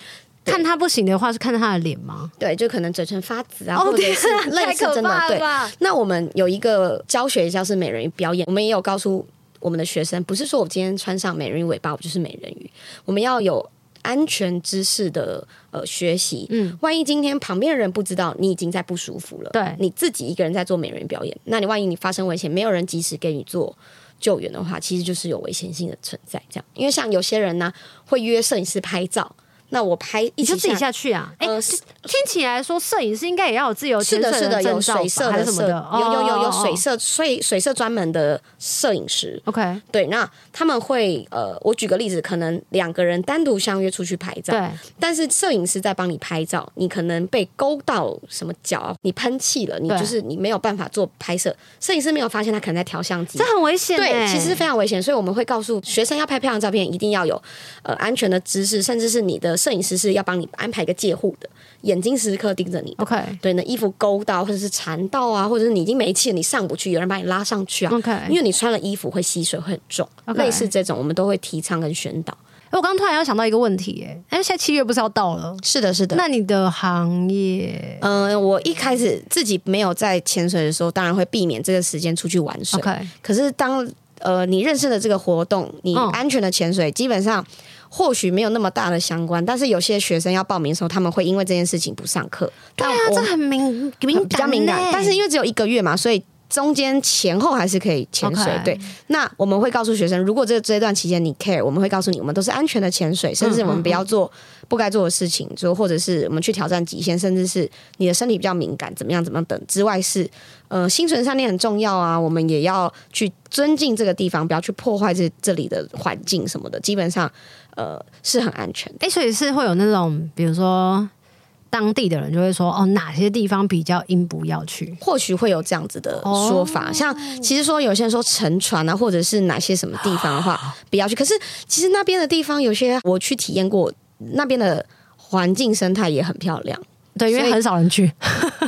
S2: 对
S1: 看他不行的话，是看他的脸吗？
S2: 对，就可能嘴唇发紫啊，
S1: 哦
S2: 或者是
S1: 天啊
S2: 类
S1: 太
S2: 似
S1: 可
S2: 真的
S1: 怕了
S2: 对
S1: 吧。
S2: 那我们有一个教学一下是美人鱼表演，我们也有告诉我们的学生，不是说我今天穿上美人鱼尾巴，我就是美人鱼，我们要有。安全知识的呃学习，嗯，万一今天旁边的人不知道你已经在不舒服了，
S1: 对
S2: 你自己一个人在做美人鱼表演，那你万一你发生危险，没有人及时给你做救援的话，其实就是有危险性的存在。这样，因为像有些人呢、会约摄影师拍照，那我拍一
S1: 你
S2: 起
S1: 就自己下去啊？哎、
S2: 呃
S1: 听听起来说摄影师应该也要有自由
S2: 是
S1: 潜
S2: 的，
S1: 水
S2: 是的，有
S1: 证照吧
S2: 水色
S1: 还
S2: 的
S1: 是什么
S2: 摄，
S1: 的？哦
S2: 有有有有水
S1: 色。
S2: 色水水色专门的摄影师。
S1: OK，
S2: 对，那他们会呃，我举个例子，可能两个人单独相约出去拍照，
S1: 对，
S2: 但是摄影师在帮你拍照，你可能被勾到什么角啊，你喷气了，你
S1: 对
S2: 就是你没有办法做拍摄，摄影师没有发现他可能在调相机
S1: 这。很危险、
S2: 对，
S1: 欸。
S2: 其实非常危险，所以我们会告诉学生要拍漂亮照片，一定要有呃安全的知识，甚至是你的摄影师是要帮你安排一个戒护的，眼睛时刻盯着你的。
S1: OK
S2: 对，你的衣服勾到或者是缠到啊，或者是你已经没气了，你上不去，有人把你拉上去啊。
S1: OK，
S2: 因为你穿了衣服会吸水，会很重
S1: OK
S2: 类似这种我们都会提倡跟宣导。
S1: 哎我刚刚突然要想到一个问题、哎，因为现在七月不是要到了，
S2: 是的，是的。
S1: 那你的行业
S2: 嗯、我一开始自己没有在潜水的时候，当然会避免这个时间出去玩水。
S1: OK 哎
S2: 可是当呃你认识了这个活动，你
S1: 嗯
S2: 安全的潜水、基本上或许没有那么大的相关，但是有些学生要报名的时候，他们会因为这件事情不上课。对啊，这
S1: 很敏敏感、
S2: 比较敏感，但是因为只有一个月嘛，所以中间前后还是可以潜水。
S1: OK
S2: 对，那我们会告诉学生，如果这这段期间你 care，我们会告诉你，我们都是安全的潜水，甚至
S1: 嗯
S2: 我们不要做不该做的事情，就或者是我们去挑战极限，甚至是你的身体比较敏感，怎么样怎么样等之外是。呃，心存善念很重要啊，我们也要去尊敬这个地方，不要去破坏这这里的环境什么的，基本上呃是很安全的。
S1: 哎、所以是会有那种，比如说当地的人就会说，哦，哪些地方比较应不要去？
S2: 或许会有这样子的说法，像其实说有些人说沉船啊，或者是哪些什么地方的话不要去。可是其实那边的地方有些我去体验过，那边的环境生态也很漂亮。
S1: 对，因
S2: 所
S1: 为
S2: 以
S1: 很少人去。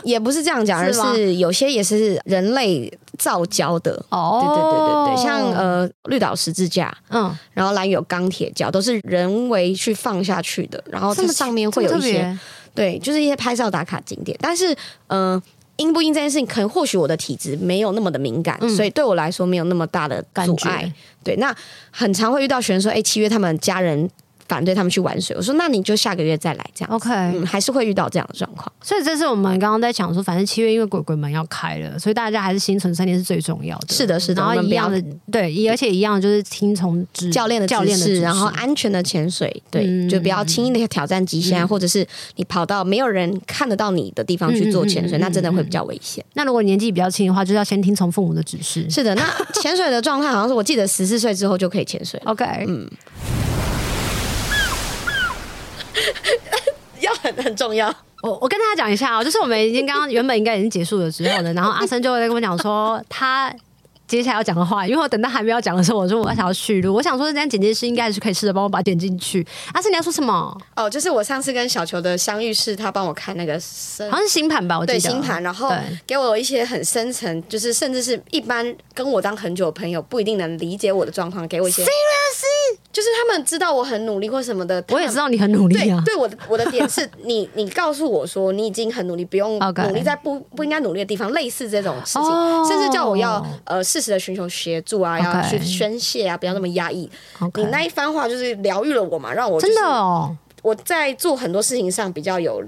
S2: 也不是这样讲，而
S1: 是吗
S2: 是有些也是人类造礁的。
S1: 哦
S2: 对对对对对，像，呃绿岛十字架，
S1: 嗯，
S2: 然后蓝屿有钢铁礁，都是人为去放下去的，然后
S1: 这
S2: 它
S1: 么
S2: 上面会
S1: 这
S2: 有
S1: 么
S2: 一
S1: 特
S2: 些
S1: 别
S2: 对，就是一些拍照打卡景点。但是，嗯、呃，阴不阴这件事情，可能或许我的体质没有那么的敏感，所以对我来说没有那么大的
S1: 嗯感
S2: 阻
S1: 觉
S2: 碍。对，那很常会遇到学生说，哎、七月他们家人反对他们去玩水，我说那你就下个月再来这样。
S1: OK，、
S2: 嗯，还是会遇到这样的状况。
S1: 所以这是我们刚刚在讲说，反正七月因为鬼鬼门要开了，所以大家还是心存善念是最重要的。
S2: 是的是的
S1: 然
S2: 我
S1: 后
S2: 们
S1: 一
S2: 不
S1: 样
S2: 要
S1: 的，对，一而且一样就是听从指
S2: 教练的
S1: 教
S2: 指
S1: 练的指
S2: 示，
S1: 示啊
S2: 然后安全的潜水，对，
S1: 嗯
S2: 就不要轻易的挑战极限啊，或者是你跑到没有人看得到你的地方去做潜
S1: 嗯嗯
S2: 水，
S1: 嗯嗯
S2: 那真的会比较危险。
S1: 那如果年纪比较轻的话，就是要先听从父母的指示。
S2: 是的，那潜水的状态好像是我记得十四岁之后就可以潜水了，
S1: OK，
S2: 要很很重要。
S1: 我我跟大家讲一下哦，就是我们已经刚刚原本应该已经结束了之后呢，然后阿生就会跟我讲说他。接下来要讲的话，因为我等到还没有讲的时候，我说我想要续录，我想说这样剪辑师应该还是可以试着帮我把它剪进去。阿生你要说什么？
S2: 哦，就是我上次跟小球的相遇是他帮我看那个深
S1: 好像是星盘吧，我记
S2: 对
S1: 得
S2: 星盘，然后
S1: 对
S2: 给我一些很深层，就是甚至是一般跟我当很久的朋友不一定能理解我的状况，给我一些 serious，就是他们知道我很努力或什么的，
S1: 我也
S2: 他们
S1: 知。道你很努力
S2: 对
S1: 啊，
S2: 对，我的我的点是 你，你告诉我说你已经很努力，不用
S1: OK
S2: 努力在不不应该努力的地方，类似这种事情，
S1: 哦
S2: 甚至叫我要呃适时的寻求协助啊，要
S1: OK
S2: 去宣泄啊，不要那么压抑。
S1: OK
S2: 你那一番话就是疗愈了我嘛，让我、
S1: 真的哦。
S2: 我在做很多事情上比较有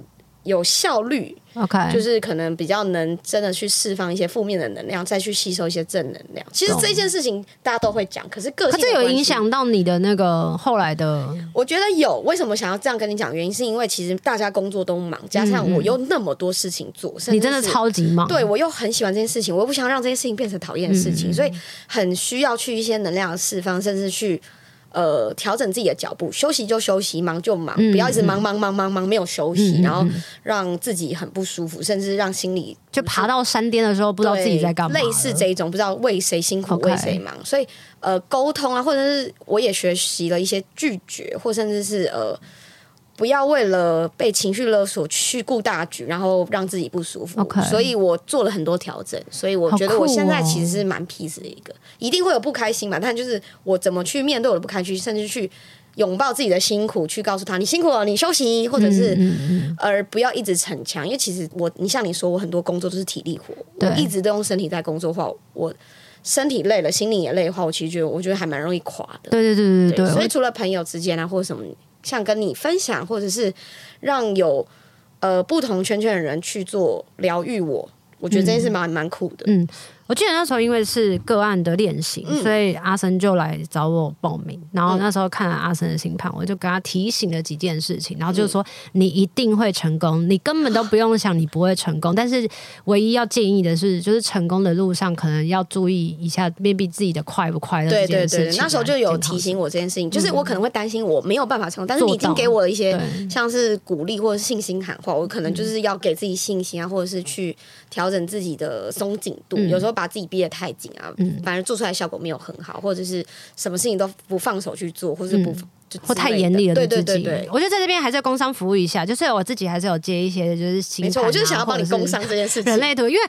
S2: 有效率，
S1: OK，
S2: 嗯就是可能比较能真的去释放一些负面的能量，再去吸收一些正能量。其实这件事情大家都会讲，可是个
S1: 可
S2: 性的
S1: 这有
S2: 关系
S1: 影。响到你的那个后来的
S2: 我觉得有。为什么想要这样跟你讲？原因是因为其实大家工作都忙，加上我又那么多事情做，
S1: 嗯
S2: 甚
S1: 你
S2: 至
S1: 真的
S2: 是
S1: 超级忙，
S2: 对，我又很喜欢这件事情，我又不想让这件事情变成讨厌的事情，所以很需要去一些能量的释放，甚至去呃调整自己的脚步，休息就休息，忙就忙，不要一直忙忙忙忙忙没有休息，然后让自己很不舒服，甚至让心里
S1: 就爬到山巅的时候不知道自己在干嘛，
S2: 类似这一种不知道为谁辛苦
S1: OK
S2: 为谁忙，所以呃沟通啊，或者是我也学习了一些拒绝，或甚至是呃。不要为了被情绪勒索去顾大局，然后让自己不舒服。
S1: OK
S2: 所以我做了很多调整，所以我觉得
S1: 好酷
S2: 我现在
S1: 哦
S2: 其实是蛮 peace 的一个，一定会有不开心嘛，但就是我怎么去面对我的不开心，甚至去拥抱自己的辛苦，去告诉他你辛苦了，你休息，或者是、而不要一直逞强，因为其实我你像你说，我很多工作都是体力活，我
S1: 对
S2: 一直都用身体在工作的话，我身体累了，心灵也累的话，我其实觉得我觉得还蛮容易垮的。
S1: 对对对对对，
S2: 所
S1: 我
S2: 以除了朋友之间啊，或者什么，像跟你分享，或者是让有呃不同圈圈的人去做疗愈我，我觉得这件事
S1: 嗯
S2: 蛮蛮酷的。
S1: 我记得那时候因为是个案的练习，
S2: 嗯
S1: 所以阿生就来找我报名。然后那时候看了阿生的星盘，我就跟他提醒了几件事情，然
S2: 嗯
S1: 后就说你一定会成功，你根本都不用想你不会成功。但是唯一要建议的是，就是成功的路上可能要注意一下，maybe 自己的快不快乐这
S2: 对
S1: 件
S2: 对
S1: 事情啊。
S2: 对，那时候就有
S1: 健康
S2: 提醒我这件事情，就是我可能会担心我没有办法成功，但是你已经
S1: 嗯做到
S2: 给我了一些
S1: 对嗯
S2: 像是鼓励或者是信心喊话，我可能就是要给自己信心啊，或者是去调整自己的松紧度，
S1: 嗯
S2: 有时候把自己逼得太紧啊，反而做出来效果没有很好，或者是什么事情都不放手去做，或是不就
S1: 嗯或
S2: 之
S1: 太
S2: 类
S1: 严
S2: 的
S1: 厉了
S2: 对
S1: 对
S2: 对
S1: 自己。
S2: 对对。
S1: 我觉得在这边还是要工商服务一下，就是我自己还是有接一些就是星
S2: 没错，
S1: 盘啊
S2: 我就是想要帮你
S1: 或者
S2: 工
S1: 是
S2: 伤这件事情
S1: 人。类图，因为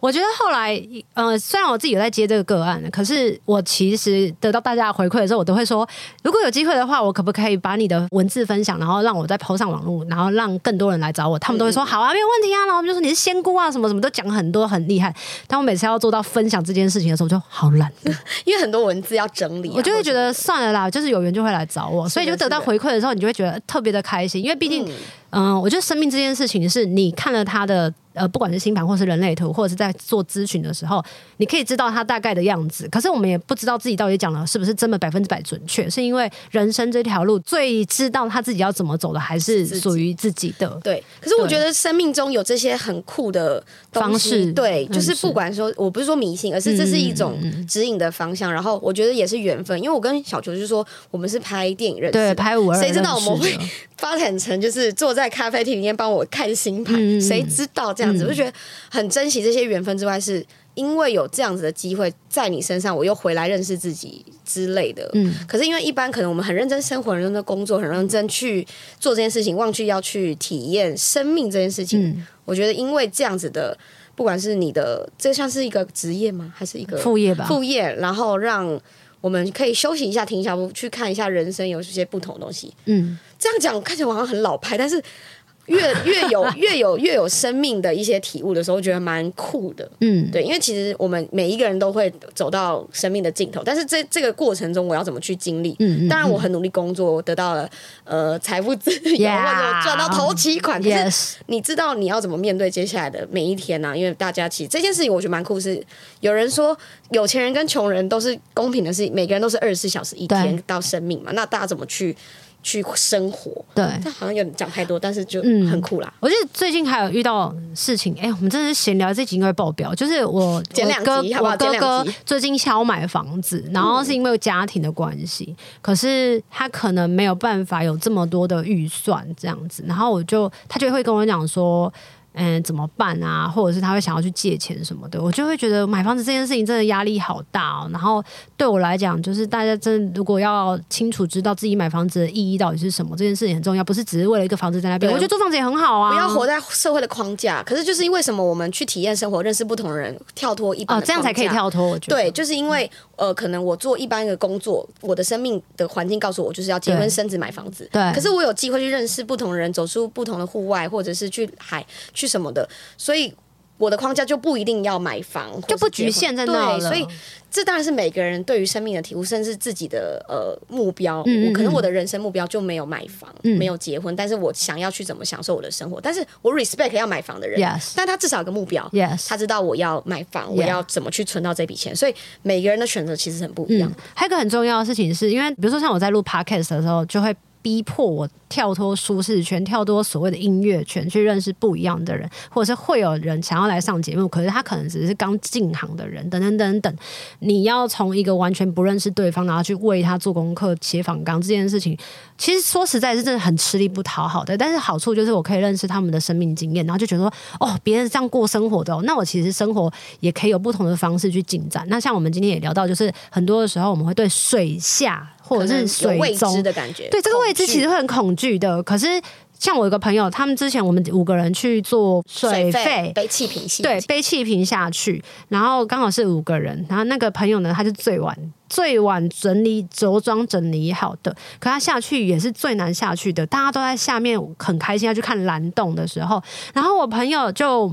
S1: 我觉得后来，呃，虽然我自己有在接这个个案，可是我其实得到大家的回馈的时候，我都会说，如果有机会的话，我可不可以把你的文字分享，然后让我再抛上网络，然后让更多人来找我，他们都会
S2: 嗯
S1: 说好啊，没有问题啊，然后我们就说你是仙姑啊，什么什么都讲很多很厉害，但我每次要做到分享这件事情的时候，我就好懒，
S2: 因为很多文字要整理啊、
S1: 我就会
S2: 或者
S1: 觉得算了啦，就是有缘就会来找我，所以就得到回馈的时候，你就会觉得特别的开心，因为毕竟，嗯、我觉得生命这件事情是你看了他的呃，不管是星盘或是人类图，或者是在做咨询的时候，你可以知道他大概的样子，可是我们也不知道自己到底讲了是不是真的百分之百准确，是因为人生这条路最知道他自己要怎么走的，还是
S2: 自己
S1: 属于自己的。
S2: 对，可是我
S1: 对
S2: 觉得生命中有这些很酷的东西
S1: 方式
S2: 对，
S1: 嗯
S2: 就是
S1: 是嗯
S2: 不管说，我不是说迷信，而是这是一种指引的方向。然后我觉得也是缘分，因为我跟小球就是说，我们是拍电影认识
S1: 对，
S2: 的，
S1: 拍五二二
S2: 谁知道
S1: 认识
S2: 我们会
S1: 的
S2: 发展成就是坐在咖啡厅里面帮我看星盘，
S1: 嗯嗯嗯
S2: 谁知道这样子？我就觉得很珍惜这些缘分之外，是因为有这样子的机会在你身上，我又回来认识自己之类的。
S1: 嗯
S2: 可是因为一般可能我们很认真生活、很认真工作、很认真去做这件事情，忘记要去体验生命这件事情。
S1: 嗯
S2: 我觉得因为这样子的，不管是你的这像是一个职业吗？还是一个
S1: 副业吧，
S2: 副业，然后让我们可以休息一下，停一下步，去看一下人生有些不同的东西。
S1: 嗯，
S2: 这样讲看起来我好像很老派，但是越 越有越有越有生命的一些体悟的时候，我觉得蛮酷的。
S1: 嗯，
S2: 对，因为其实我们每一个人都会走到生命的尽头，但是这这个过程中，我要怎么去经历？
S1: 嗯嗯
S2: 当然，我很努力工作，我得到了呃财富自由
S1: Yeah
S2: 或者赚到头期款。 可是
S1: ，yes，
S2: 你知道你要怎么面对接下来的每一天呢、啊因为大家其实这件事情，我觉得蛮酷是。有人说，有钱人跟穷人都是公平的是，每个人都是二十四小时一天
S1: 对
S2: 到生命嘛。那大家怎么去去生活？
S1: 对。
S2: 但好像有点讲太多，但是就
S1: 嗯
S2: 很酷啦。
S1: 我记得最近还有遇到事情，哎、我们真的是闲聊，这集应该会爆表。就是我
S2: 剪两
S1: 我哥
S2: 集好不好
S1: 我
S2: 剪
S1: 哥
S2: 两
S1: 哥
S2: 集
S1: 最近想要买房子，然后是因为家庭的关系，
S2: 嗯
S1: 可是他可能没有办法有这么多的预算这样子。然后我就他就会跟我讲说。嗯，怎么办啊？或者是他会想要去借钱什么的，我就会觉得买房子这件事情真的压力好大哦。然后对我来讲，就是大家真的如果要清楚知道自己买房子的意义到底是什么，这件事情很重要，不是只是为了一个房子在那边。
S2: 对
S1: 我觉得租房子也很好啊，
S2: 不要活在社会的框架。可是就是因为什么，我们去体验生活，认识不同人，跳脱一般
S1: 哦，
S2: 的
S1: 这样才可以
S2: 框架。
S1: 跳脱。我觉得
S2: 对，就是因为呃，可能我做一般的工作，我的生命的环境告诉我就是要结婚、
S1: 对
S2: 生子、买房子。
S1: 对
S2: 可是我有机会去认识不同人，走出不同的户外，或者是去海、去什么的，所以我的框架就不一定要买房，
S1: 就不
S2: 或是结
S1: 局
S2: 婚
S1: 限在那
S2: 对，
S1: 了。
S2: 所以这当然是每个人对于生命的体悟，甚至自己的呃目标。
S1: 嗯嗯
S2: 我可能
S1: 嗯
S2: 我的人生目标就没有买房，
S1: 嗯
S2: 没有结婚，但是我想要去怎么享受我的生活，但是我 respect 要买房的人
S1: Yes
S2: 但他至少有个目标。
S1: yes，
S2: 他知道我要买房，我
S1: Yeah
S2: 要怎么去存到这笔钱，所以每个人的选择其实很不一样
S1: 嗯。，还有一个很重要的事情是，因为比如说像我在录 podcast 的时候，就会逼迫我跳脱舒适圈，跳脱所谓的音乐圈，去认识不一样的人，或者是会有人想要来上节目，可是他可能只是刚进行的人，等等等等。你要从一个完全不认识对方，然后去为他做功课、写访纲这件事情，其实说实在是真的很吃力不讨好的。但是好处就是我可以认识他们的生命经验，然后就觉得说，哦，别人这样过生活的、哦，那我其实生活也可以有不同的方式去进展。那像我们今天也聊到，就是很多的时候我们会对水下或者是
S2: 有
S1: 水
S2: 未
S1: 中
S2: 知的感觉。
S1: 对，这个
S2: 恐
S1: 位置其
S2: 惧
S1: 实会很恐惧的。可是像我有个朋友，他们之前我们五个人去做水
S2: 水
S1: 费。
S2: 被气瓶吸引
S1: 对，背气瓶下去，然后刚好是五个人，然后那个朋友呢，他是最晚最晚整理着装整理好的，可他下去也是最难下去的，大家都在下面很开心要去看蓝洞的时候，然后我朋友就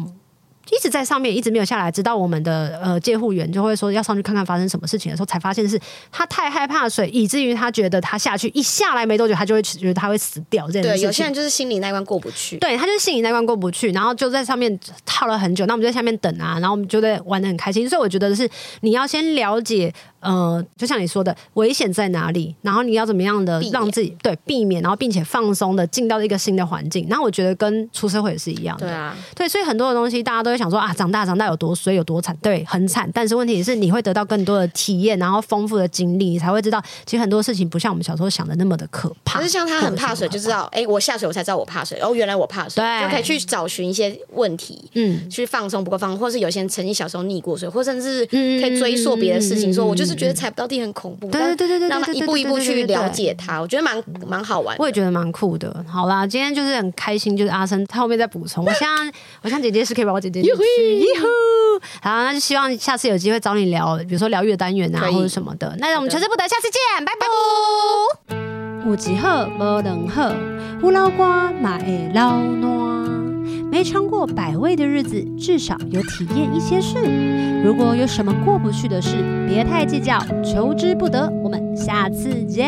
S1: 一直在上面，一直没有下来，直到我们的呃借护员就会说要上去看看发生什么事情的时候，才发现是他太害怕水，以至于他觉得他下去一下来没多久，他就会觉得他会死掉这件事
S2: 对，
S1: 情。
S2: 有些人就是心里那一关过不去。
S1: 对，他就是心里那关过不去，然后就在上面套了很久。那我们就在下面等啊，然后我们就在玩的很开心。所以我觉得是你要先了解，呃，就像你说的，危险在哪里，然后你要怎么样的
S2: 避免
S1: 让自己对避免，然后并且放松的进到一个新的环境。那我觉得跟出社会也是一样的。
S2: 对啊，
S1: 对，所以很多的东西大家都会想说啊，长大长大有多衰有多惨，对，很惨。但是问题是，你会得到更多的体验，然后丰富的经历，你才会知道，其实很多事情不像我们小时候想的那么的可怕。
S2: 可是像他很怕水，就知道哎、诶我下水我才知道我怕水，哦，原来我怕水，
S1: 对
S2: 就可以去找寻一些问题。
S1: 嗯，
S2: 去放松不够放松，或是有些人曾经小时候溺过水，或甚至可
S1: 嗯
S2: 以追溯别的事情，
S1: 嗯
S2: 说
S1: 嗯
S2: 我就是觉得踩不到地很恐怖，
S1: 对对对对对对
S2: 但让他一步一步去了解它，我觉得蛮蛮好玩的。
S1: 我也觉得蛮酷的。好啦，今天就是很开心，就是阿生他后面再补充。我像 我像姐姐是可以把我姐姐去，哟呼！好，那就希望下次有机会找你聊，比如说疗愈的单元啊
S2: 可以
S1: 或者什么的。那我们求之不得，下次见，拜拜。
S3: 有一好无两好，有老瓜嘛会老烂。没尝过百味的日子，至少有体验一些事。如果有什么过不去的事，别太计较，求之不得。我们下次见。